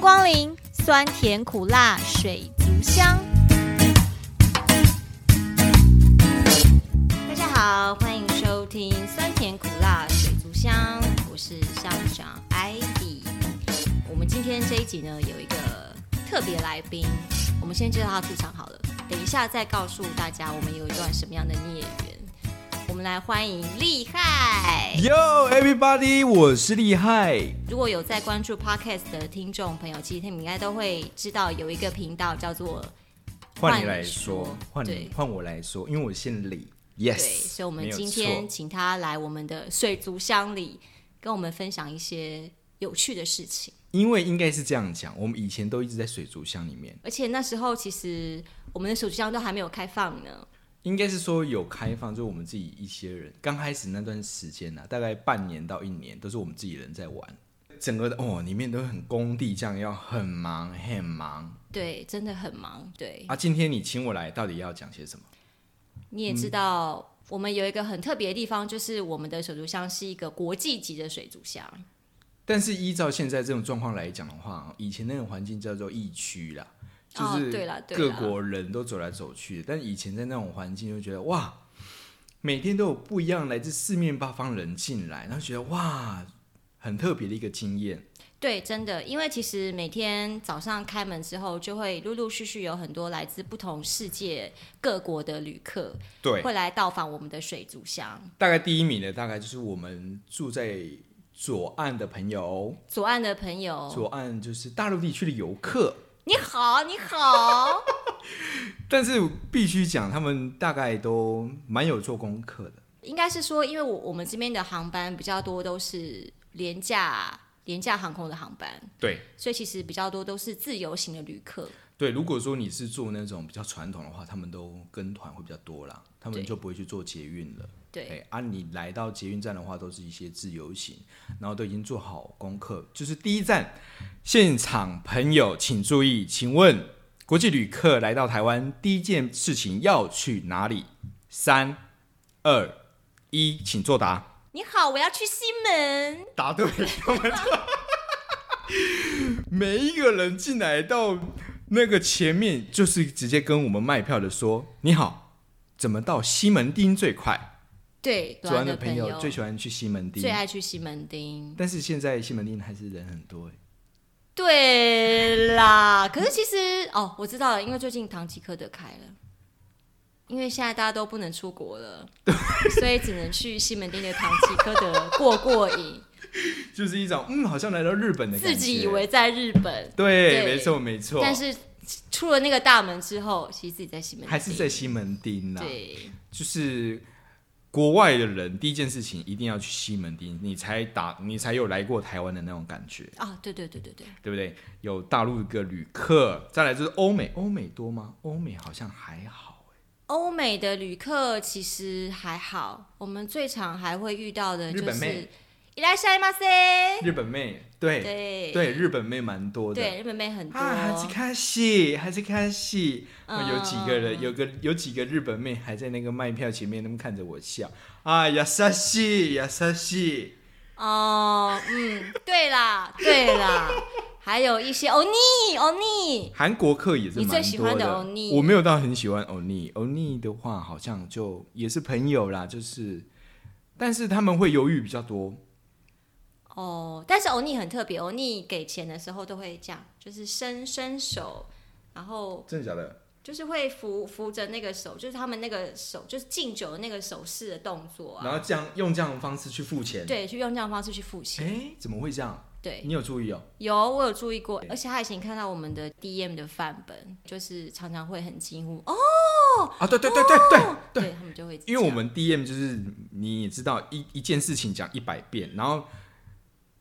光临，酸甜苦辣水族箱。大家好，欢迎收听《酸甜苦辣水族箱》，我是乡长艾比。我们今天这一集呢，有一个特别来宾，我们先介绍他出场好了，等一下再告诉大家我们有一段什么样的孽缘。我们来欢迎厉害。 Yo everybody，我是厉害。如果有在关注 podcast 的听众朋友，其实他们应该都会知道有一个频道叫做换你来说，换换你说你换我来说，因为我姓李。对， Yes，所以我们没有今天错请他来我们的水族箱里，跟我们分享一些有趣的事情。因为应该是这样讲，我们以前都一直在水族箱里面，而且那时候其实我们的水族箱都还没有开放呢，应该是说有开放，就我们自己一些人。刚开始那段时间呢、啊，大概半年到一年，都是我们自己人在玩。整个的哦，里面都很工地这样，要很忙很忙对，真的很忙。对，啊。今天你请我来，到底要讲些什么？你也知道，我们有一个很特别的地方，就是我们的水族箱是一个国际级的水族箱。但是依照现在这种状况来讲的话，以前那种环境叫做疫区啦，就哦是对啦对各啦国人都走来走去。但以前在那种环境，就觉得哇，每天都有不一样来自四面八方人进来，然后觉得哇，很特别的一个经验。对，真的，因为其实每天早上开门之后，就会陆陆续续有很多来自不同世界各国的旅客对，会来到访我们的水族箱。大概第一名的大概就是我们住在左岸的朋友，左岸的朋友，左岸就是大陆地区的游客。你好，你好， 但是必须讲，他们大概都蛮有做功课的。应该是说，因为我我们这边的航班比较多都是廉价廉价航空的航班，对，所以其实比较多都是自由行的旅客。对，如果说你是做那种比较传统的话，他们都跟团会比较多啦，他们对就不会去做捷运了。对，哎，啊，你来到捷运站的话，都是一些自由行，然后都已经做好功课，就是第一站，现场朋友请注意，请问国际旅客来到台湾第一件事情要去哪里？三、二、一，请作答。你好，我要去西门。答对，我们就 每一个人进来到那个前面，就是直接跟我们卖票的说：“你好，怎么到西门町最快对，？”左左岸岸的的朋友友最喜欢去西门最町，爱去西门町。但是现在西门町还是人很多欸。对啦，可是其实哦，我知道了，因为最近唐吉诃德开了，因为现在大家都不能出国 了，所以只能去西门町的唐吉诃德过过瘾，就是一种嗯，好像来到日本的感觉。自己以为在日本，对，对没错没错，但是出了那个大门之后，其实自己在西门町还是在西门啊町呐、对就是国外的人第一件事情一定要去西门町，你才打你才有来过台湾的那种感觉。啊，对对对对对，对不对？有大陆的旅客，再来就是欧美，欧美多吗？欧美好像还好欸，欧美的旅客其实还好，我们最常还会遇到的日就本是妹伊拉西马塞，日本妹，欸对对日本妹蛮多的。对，日本妹很多，啊，还在看戏，还在看戏。哦嗯有几个人，有个有几个日本妹还在那个卖票前面，他们看着我笑。啊，亚萨西，亚萨西，哦，嗯，对啦，对 啦，还有一些欧尼欧尼，韩国客也是蛮多你最喜欢的欧尼我没有到很喜欢欧尼，欧尼的话好像就也是朋友啦，就是，但是他们会犹豫比较多。哦，但是欧尼很特别，欧尼给钱的时候都会这样，就是伸伸手，然后真的假的？就是会扶扶着那个手，就是他们那个手，就是敬酒的那个手势的动作然啊，后这样用这样的方式去付钱。，对，去用这样的方式去付钱。哎，怎么会这样？对，你有注意哦？有我有注意过，而且他以前看到我们的 DM 的范本，就是常常会很惊呼哦，啊，对对对对对，对他们就会这样，因为我们 DM 就是你也知道一一件事情讲一百遍，然后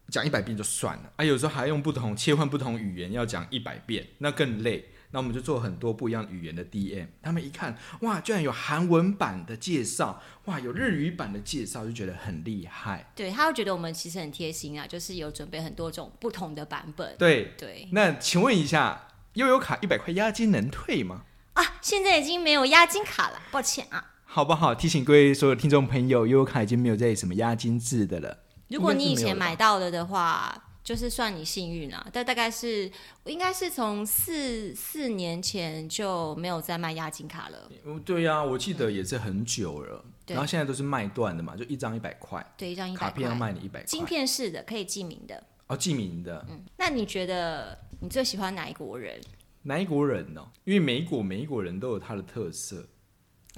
讲一百遍就算了，啊，有时候还用不同切换不同语言要讲一百遍，那更累。那我们就做很多不一样语言的 DM，他们一看，哇，居然有韩文版的介绍，哇，有日语版的介绍，就觉得很厉害。对，他会觉得我们其实很贴心啊，就是有准备很多种不同的版本。对，对那请问一下，悠游卡一百块押金能退吗？啊，现在已经没有押金卡了，抱歉啊。好不好？提醒各位所有听众朋友，悠游卡已经没有在什么押金制的了。如果你以应该是没前有了吧买到了的话，就是算你幸运啊。但大概是应该是从四四年前就没有再卖押金卡了，嗯对呀、我记得也是很久了，对然后现在都是卖断的嘛，就一张一百块，对，一张一卡百片要块，卖你一百晶块，片式的可以记名的。哦，记名的，那你觉得你最喜欢哪一国人？哪一国人呢、因为每一国每一国人都有他的特色，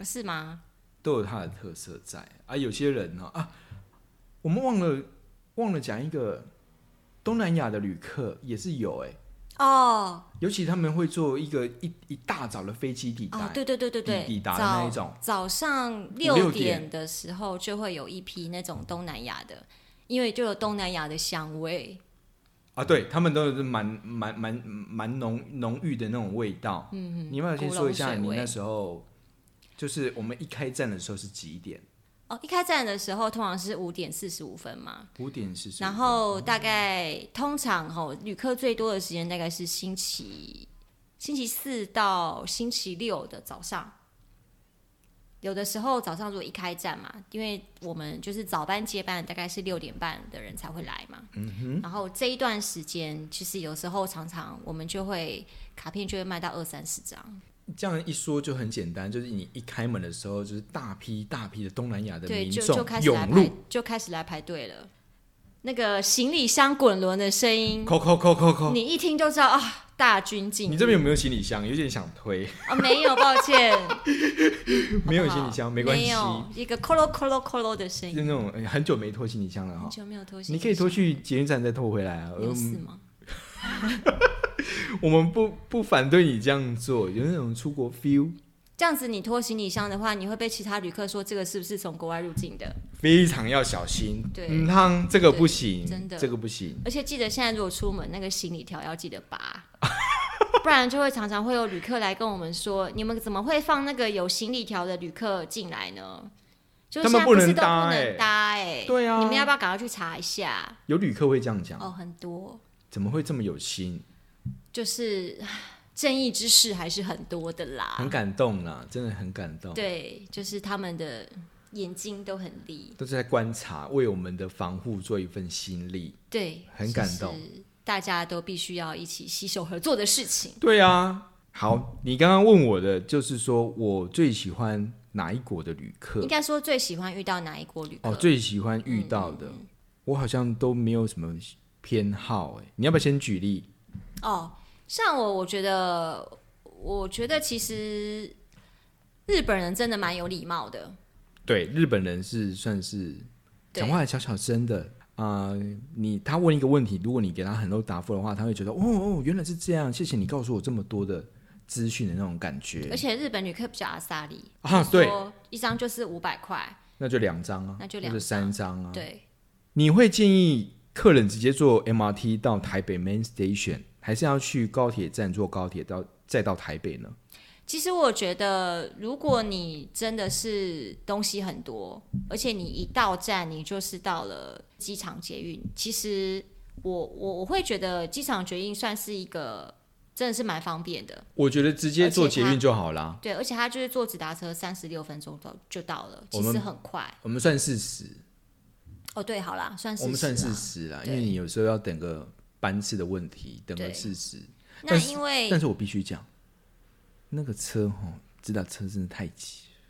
是吗？都有他的特色在啊。有些人呢、啊，我们忘了忘了讲一个东南亚的旅客也是有哎、哦尤其他们会坐一个一一大早的飞机抵达，哦，对对对对对，抵抵达的那早一种早上六六点点的时候就会有一批那种东南亚的，因为就有东南亚的香味。啊，对他们都是蛮蛮蛮蛮浓浓郁的那种味道。嗯你要不要先说一古下龙你水味那时候，就是我们一开站的时候是几点？哦，一开站的时候通常是五点四十五分嘛，五点是什么？然后大概通常吼、旅客最多的时间大概是星期星期四到星期六的早上。有的时候早上如果一开站嘛，因为我们就是早班接班，大概是六点半的人才会来嘛。嗯、然后这一段时间，其实有时候常常我们就会卡片就会卖到二三十张，这样一说就很简单，就是你一开门的时候，就是大批大批的东南亚的对，民就就众开始来涌排入，，就开始来排队了。那个行李箱滚轮的声音，扣扣扣扣扣。你一听就知道啊，大军进。哦你这边有没有行李箱？有点想 推，哦，没有，抱歉， 没有好不好行李箱没关系没，有一个 colo colo colo 的声就音，那种哎很久没拖行李箱了哈很。久没有拖行你李箱，可以拖去捷运站再拖回来啊。有事嗯吗？我们不不反对你这样做，有那种出国 feel。这样子你拖行李箱的话，你会被其他旅客说这个是不是从国外入境的？非常要小心。对嗯，汤这个不行，对真的这个不行。而且记得现在如果出门，那个行李条要记得 拔。不然就会常常会有旅客来跟我们说，你们怎么会放那个有行李条的旅客进来呢？就是现他们在不能是都搭不欸能搭哎、对啊你们要不要赶快去查一下？有旅客会这样讲，哦，很多，怎么会这么有心？就是唉正义之士还是很多的啦。很感动啦，真的很感动。啊对，就是他们的眼睛都很利，都是在观察，为我们的防护做一份心力。对，很这感是动大家都必须要一起携手合作的事情。对啊，好，你刚刚问我的就是说我最喜欢哪一国的旅客应？该说最喜欢遇到哪一国旅客？哦，最喜欢遇到的，嗯我好像都没有什么偏好哎。你要不要先举例？哦，像我，我觉得，我觉得其实日本人真的蛮有礼貌的。对，日本人是算是对讲话小小声的啊、呃你他问一个问题，如果你给他很多答复的话，他会觉得哦哦，原来是这样，谢谢你告诉我这么多的资讯的那种感觉而。且日本旅客比较阿萨利啊对，说一张就是五百块，那就两张啊，那就或两者三张啊。，对，你会建议客人直接坐 MRT 到台北 Main Station，还是要去高铁站坐高铁到再到台北呢？其实我觉得，如果你真的是东西很多，而且你一到站你就是到了机场捷运，其实我我我会觉得机场捷运算是一个真的是蛮方便的，我觉得直接坐而且捷他运就好啦。对，而且它就是坐直达车三十六分钟到就到了，我其们实很快。我们算四十，哦，对，好啦，算是我们算是四十啦，因对为你有时候要等个班次的问题，等个对四十。那但是因为但是我必须讲，那个车哦，直达车真的太挤了，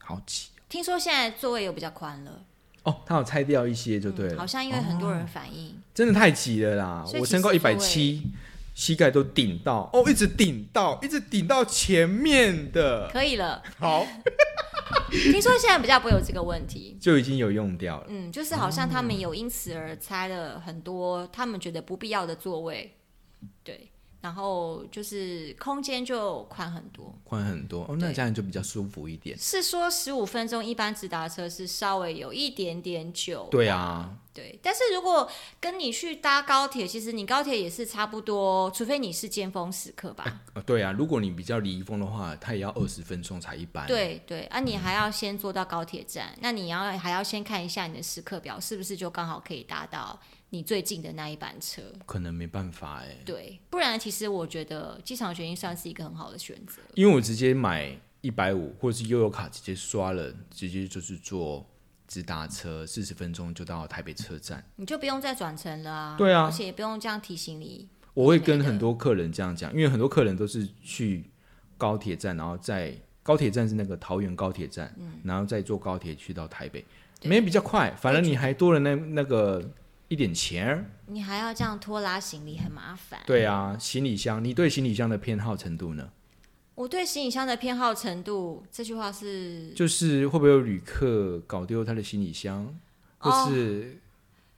好挤听说现在座位又比较宽了，哦。它有拆掉一些就对嗯了，好像因为很多人反映，真的太挤了啦所！以我其身高一实百七，膝盖都顶到哦，一直顶到，一直顶到前面的，可以了。好听说现在比较不会有这个问题，就已经有用掉了。嗯，就是好像他们有因此而拆了很多他们觉得不必要的座位，对，然后就是空间就宽很多。宽很多哦，那对这样就比较舒服一点。是说十五分钟一般直达车是稍微有一点点久，对啊，对。但是如果跟你去搭高铁，其实你高铁也是差不多，除非你是尖峰时刻吧。呃对啊，如果你比较离峰的话，它也要二十分钟才一班。，对对，啊，你还要先坐到高铁站，那你要还要先看一下你的时刻表，是不是就刚好可以搭到你最近的那一班车？可能没办法哎，对，不然其实我觉得机场学运算是一个很好的选择。因为我直接买一百五，或者是悠游卡直接刷了，直接就是坐直达车，四十分钟就到台北车站。你就不用再转乘了啊。对啊而且也不用这样提醒你。我会对跟的很多客人这样讲，因为很多客人都是去高铁站，然后在高铁站是那个桃园高铁站，然后再坐高铁去到台北，对没有比较快，反而你还多了那那个一点钱儿。你还要这样拖拉行李，很麻烦。对啊，行李箱，你对行李箱的偏好程度呢？我对行李箱的偏好程度，这句话是就是会不会有旅客搞丢他的行李箱，或是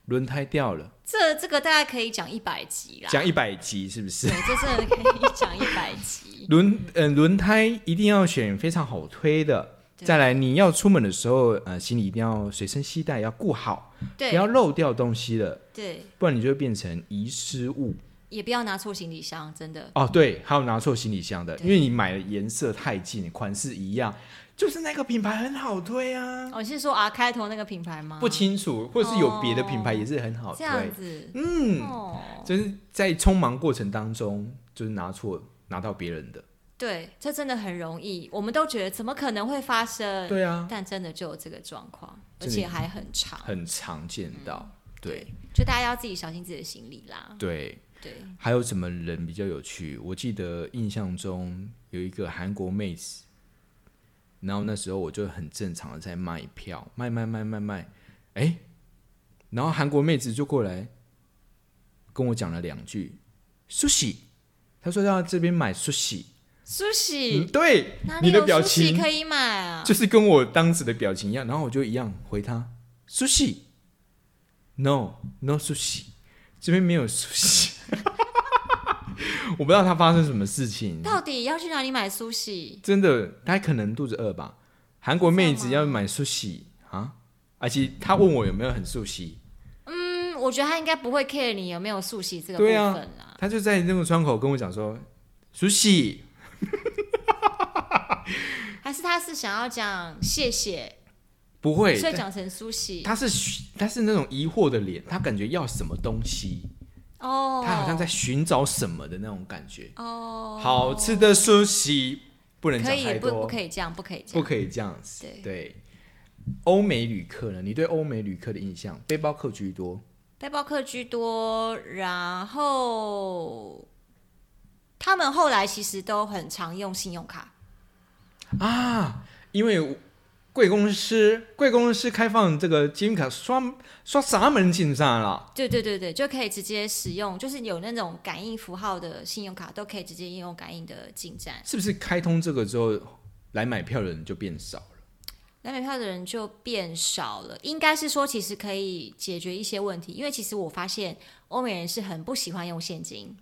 轮胎掉了？这这个大概可以讲一百集啦。讲一百集是不是对？，这真的可以讲一百集。轮嗯、轮胎一定要选非常好推的。对再来，你要出门的时候，呃，行李一定要随身携带，要顾好，不要对漏掉东西了，对，不然你就会变成遗失物。也不要拿错行李箱，真的。哦，对，还有拿错行李箱的，呃对因为你买的颜色太近，款式一样，就是那个品牌很好推啊，哦，你是说 R 开头那个品牌吗？不清楚，或是有别的品牌也是很好啊哦这推，样子，嗯，哦，就是在匆忙过程当中，就是拿错拿到别人的，对，这真的很容易。我们都觉得怎么可能会发生？对啊，但真的就有这个状况，而真的且还很长。很常见到，对就大家要自己小心自己的行李啦。对。对，还有什么人比较有趣？我记得印象中有一个韩国妹子，然后那时候我就很正常的在卖票，卖卖卖卖卖，哎、然后韩国妹子就过来跟我讲了两句 sushi，她说要这边买 sushi，苏嗯，喜，对哪，你里的有表苏喜情可以买啊？就是跟我当时的表情一样，然后我就一样回她 sushi，no no sushi，这边没有 sushi。我不知道她发生什么事情，到底要去哪里买苏喜？真的，她可能肚子饿吧。韩国妹子知道要买 sushi 啊，而且她问我有没有很 sushi，嗯，我觉得他应该不会 care 你有没有苏喜这个部对啊分啦。她就在那个窗口跟我讲说 sushi，还是他是想要讲谢谢，不会，所以讲成苏喜她是她是那种疑惑的脸，她感觉要什么东西，哦。她好像在寻找什么的那种感觉。哦，好吃的苏西不能讲可太以不多，不可以这样，不可以这不样。可以这样子。对欧美旅客呢？你对欧美旅客的印象，背包客居多，背包客居多，然后他们后来其实都很常用信用卡。因为贵公司贵公司开放这个金卡刷刷啥门进站了？对对对对，就可以直接使用，就是有那种感应符号的信用卡都可以直接应用感应的进站。是不是开通这个之后，来买票的人就变少了？来买票的人就变少了，应该是说其实可以解决一些问题，因为其实我发现欧美人是很不喜欢用现金，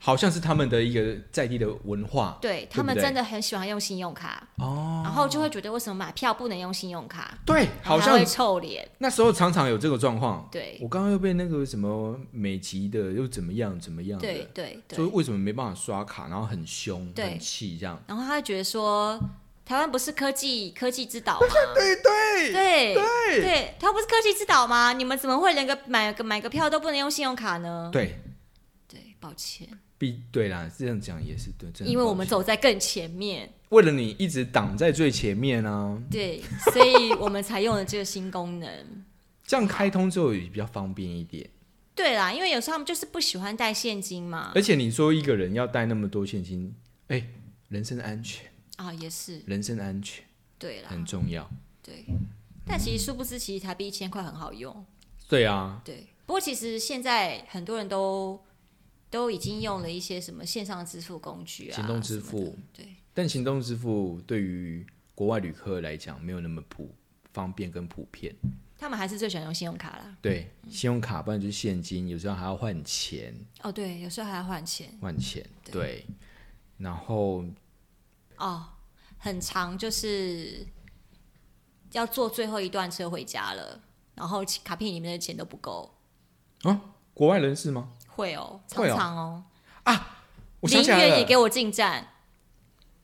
好像是他们的一个在地的文化。对他们对真的很喜欢用信用卡哦，然后就会觉得为什么买票不能用信用卡，对，然后好还像会臭脸，那时候常常有这个状况。对我刚刚又被那个什么美籍的又怎么样怎么样的，对对所以对，为什么没办法刷卡，然后很凶、对很气这样？然后他会觉得说台湾不是科技科技之岛吗？对对对对对，他不是科技之岛吗？你们怎么会连个买个买个票都不能用信用卡呢？对，对，抱歉，必对啦，这样讲也是对，真的因为很我们抱歉走在更前面。为了你一直挡在最前面啊，对，所以我们才用了这个新功 能。这样开通之后也比较方便一点。对啦，因为有时候他们就是不喜欢带现金嘛。而且你说一个人要带那么多现金，哎，人身安全，啊，也是，人身安全对啦，很重要。对。但其实殊不知，其实台币一千块很好用。对啊，对，不过其实现在很多人都都已经用了一些什么线上支付工具啊，行动支什么的。付，对，但行动支付对于国外旅客来讲没有那么普方便跟普遍。他们还是最喜欢用信用卡啦。对，信用卡不然就是现金，有时候还要换钱。哦，对，有时候还要换钱万钱，对。然后哦，很长，就是要坐最后一段车回家了，然后卡片里面的钱都不够。国外人士吗？会哦，常会哦常哦。我想林起来远也了，给我进站，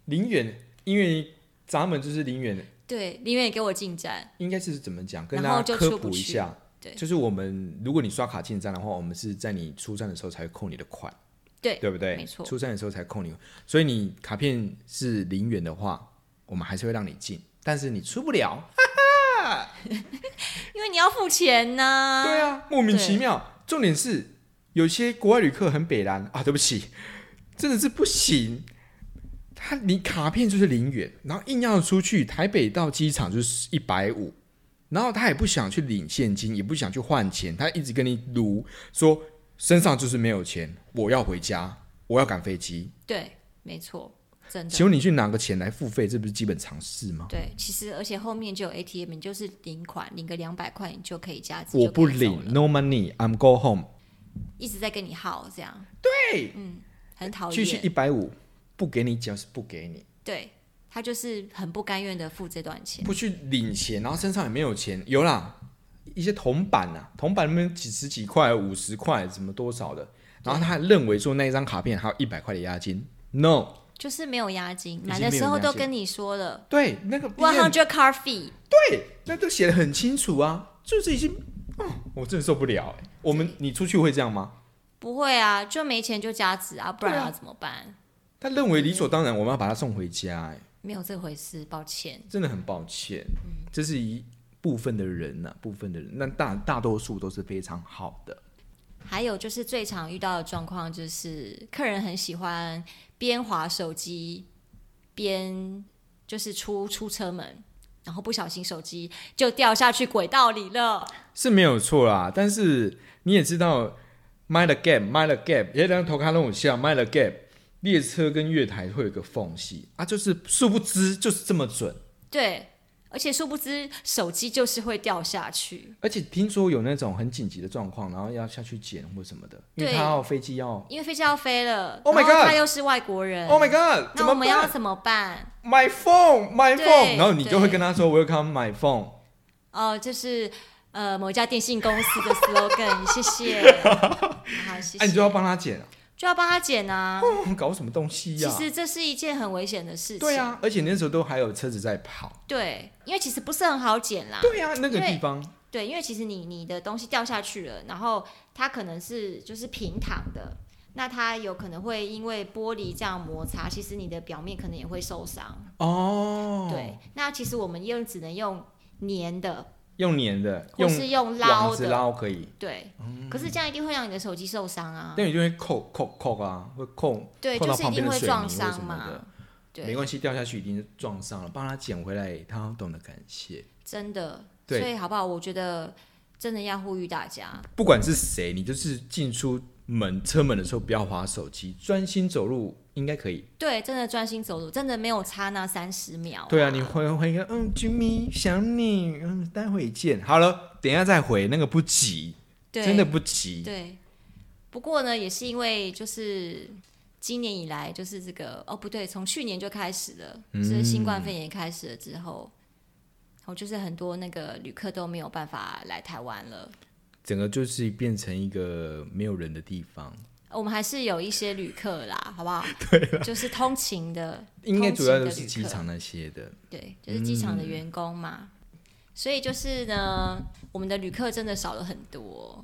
林远，因为咱们就是林远，对，林远也给我进站，应该是怎么讲？跟然后大就家出科不普一去下，对就是我们如果你刷卡进站的话，我们是在你出站的时候才会扣你的款，对，对不对？没错出站的时候才扣你，所以你卡片是零元的话，我们还是会让你进，但是你出不了，哈哈。因为你要付钱呐、对啊，莫名其妙。重点是有些国外旅客很北蓝啊，对不起，真的是不行。他你卡片就是零元，然后硬要出去台北到机场就是一百五，然后他也不想去领现金，也不想去换钱，他一直跟你撸说身上就是没有钱，我要回家，我要赶飞机。对，没错，真的。请问你去拿个钱来付费，这不是基本常识吗？对，其实而且后面就有 ATM，你就是领款，领个两百块你就可以加值。我不就可以走领了，no money，I'm go home。一直在跟你耗这样。对，嗯，很讨继续厌。一百五，不给你就是不给你。对他就是很不甘愿的付这段钱。不去领钱，然后身上也没有钱，有啦，一些铜板啊，铜板那边几十几块、五十块，什么多少的，然后他还认为说那一张卡片还有一百块的押金，no，就是没有押金，经买的时没有候押金都跟你说了对，那个，one hundred car fee，对，那都写的很清楚啊，就是已经，哦，我真的受不了、欸，我们你出去会这样吗？不会啊，就没钱就加值啊，不然对啊要怎么办？他认为理所当然，我们要把他送回家、欸，没有这回事，抱歉。真的很抱歉，这是一部分的人呐、部分的人，那大大多数都是非常好的。还有就是最常遇到的状况就是，客人很喜欢边滑手机边就是出出车门，然后不小心手机就掉下去轨道里了。是没有错啦，但是你也知道，my the gap，my the gap，也让头卡让我笑，my the gap，列车跟月台会有一个缝隙啊，就是殊不知就是这么准，对，而且殊不知手机就是会掉下去，而且听说有那种很紧急的状况，然后要下去捡或什么的，因为对他要飞机要因为飞机要飞了 Oh my 然后 God 他又是外国人，Oh my god，怎那我么们要办怎么办？ ？My phone，my 对 phone，然后你就会对跟他说 Welcome my phone，哦、就是呃某一家电信公司 的 slogan，谢谢，好谢谢，哎，你就要帮他捡啊，就要帮他剪啊。哦搞什么东西其呀？实这是一件很危险的事情，对啊，而且那时候都还有车子在跑，对，因为其实不是很好剪啦，对啊，那个因为地方对，因为其实你你的东西掉下去了，然后它可能是就是平躺的，那它有可能会因为玻璃这样摩擦，其实你的表面可能也会受伤。哦，对，，那其实我们又只能用粘的，用粘的，或用是用网捞子的，捞嗯可以，对。可是这样一定会让你的手机受伤啊，那你就会扣扣扣啊，会扣，对，碰就到是一旁边定的会水撞泥或什伤么嘛的。没对，关系，掉下去已经撞伤了，帮他捡回来，他要懂得感谢。真的。所对以好不好？我觉得真的要呼吁大家，不管是谁，你就是进出门车门的时候不要划手机，专心走路应该可以。对，真的专心走路，真的没有差那三十秒、对啊，你回回一个嗯，Jimmy 想你，嗯，待会见。好了，等一下再回，那个不急，对真的不急。对，不过呢，也是因为就是今年以来，就是这个哦，不对，从去年就开始了，嗯就是新冠肺炎开始了之后，我、哦就是很多那个旅客都没有办法来台湾了。整个就是变成一个没有人的地方，我们还是有一些旅客啦，好不 好？对，就是通勤的，应该通主勤要的都是旅机客场那些的。对，就是机场的员工嘛。所以就是呢，我们的旅客真的少了很多。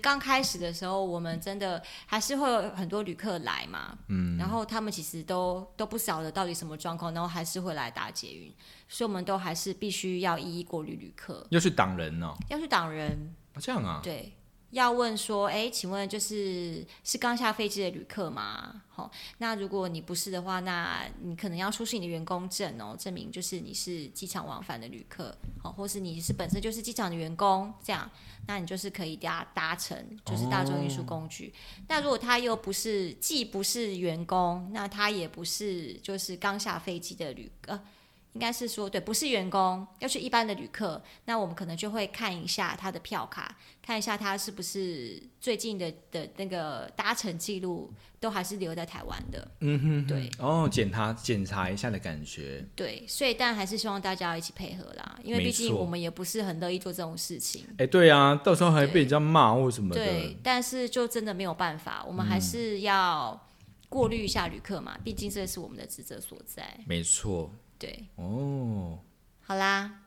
刚开始的时候，我们真的还是会有很多旅客来嘛，嗯，然后他们其实都都不晓得到底什么状况，然后还是会来打捷运，所以我们都还是必须要一一过滤旅客，要去挡人哦，要去挡人，啊这样啊，对，要问说，哎，请问就是是刚下飞机的旅客吗？好、那如果你不是的话，那你可能要出示你的员工证哦，证明就是你是机场往返的旅客，好、或是你是本身就是机场的员工，这样，那你就是可以搭搭乘就是大众运输工具。那如果他又不是既不是员工，那他也不是就是刚下飞机的旅呃。应该是说，对，不是员工，要去一般的旅客，那我们可能就会看一下他的票卡，看一下他是不是最近的的那个搭乘记录都还是留在台湾的。嗯哼哼，对哦，检查检查一下的感觉，对，所以但还是希望大家一起配合啦，因为没毕竟错我们也不是很乐意做这种事情。哎、对啊，到时候还对被人家骂或什么的嗯对，，但是就真的没有办法，我们还是要过滤一下旅客嘛，毕竟这是我们的职责所在。没错，对，哦，好啦，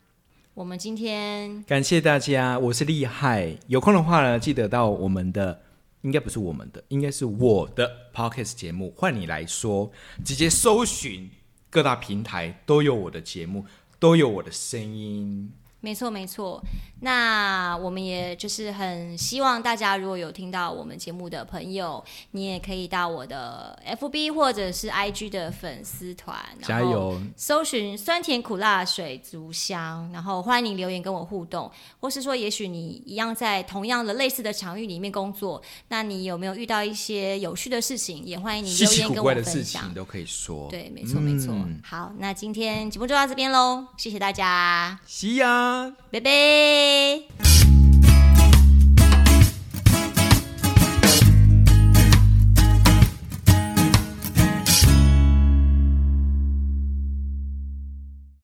我们今天感谢大家，我是厉害，有空的话呢，记得到我们的。应该不是我们的，应该是我的 podcast 节目。换你来说，直接搜寻各大平台都有我的节目，都有我的声音。没错，没错。那我们也就是很希望大家，如果有听到我们节目的朋友，你也可以到我的 FB 或者是 IG 的粉丝团，然加后油！搜寻酸甜苦辣水族箱，然后欢迎你留言跟我互动，或是说，也许你一样在同样的类似的场域里面工作，那你有没有遇到一些有趣的事情？也欢迎你稀留奇言古跟我怪的事分情享你。都可以说。对，没错，没错。嗯好，那今天节目就到这边喽，谢谢大家， See ya. 拜拜。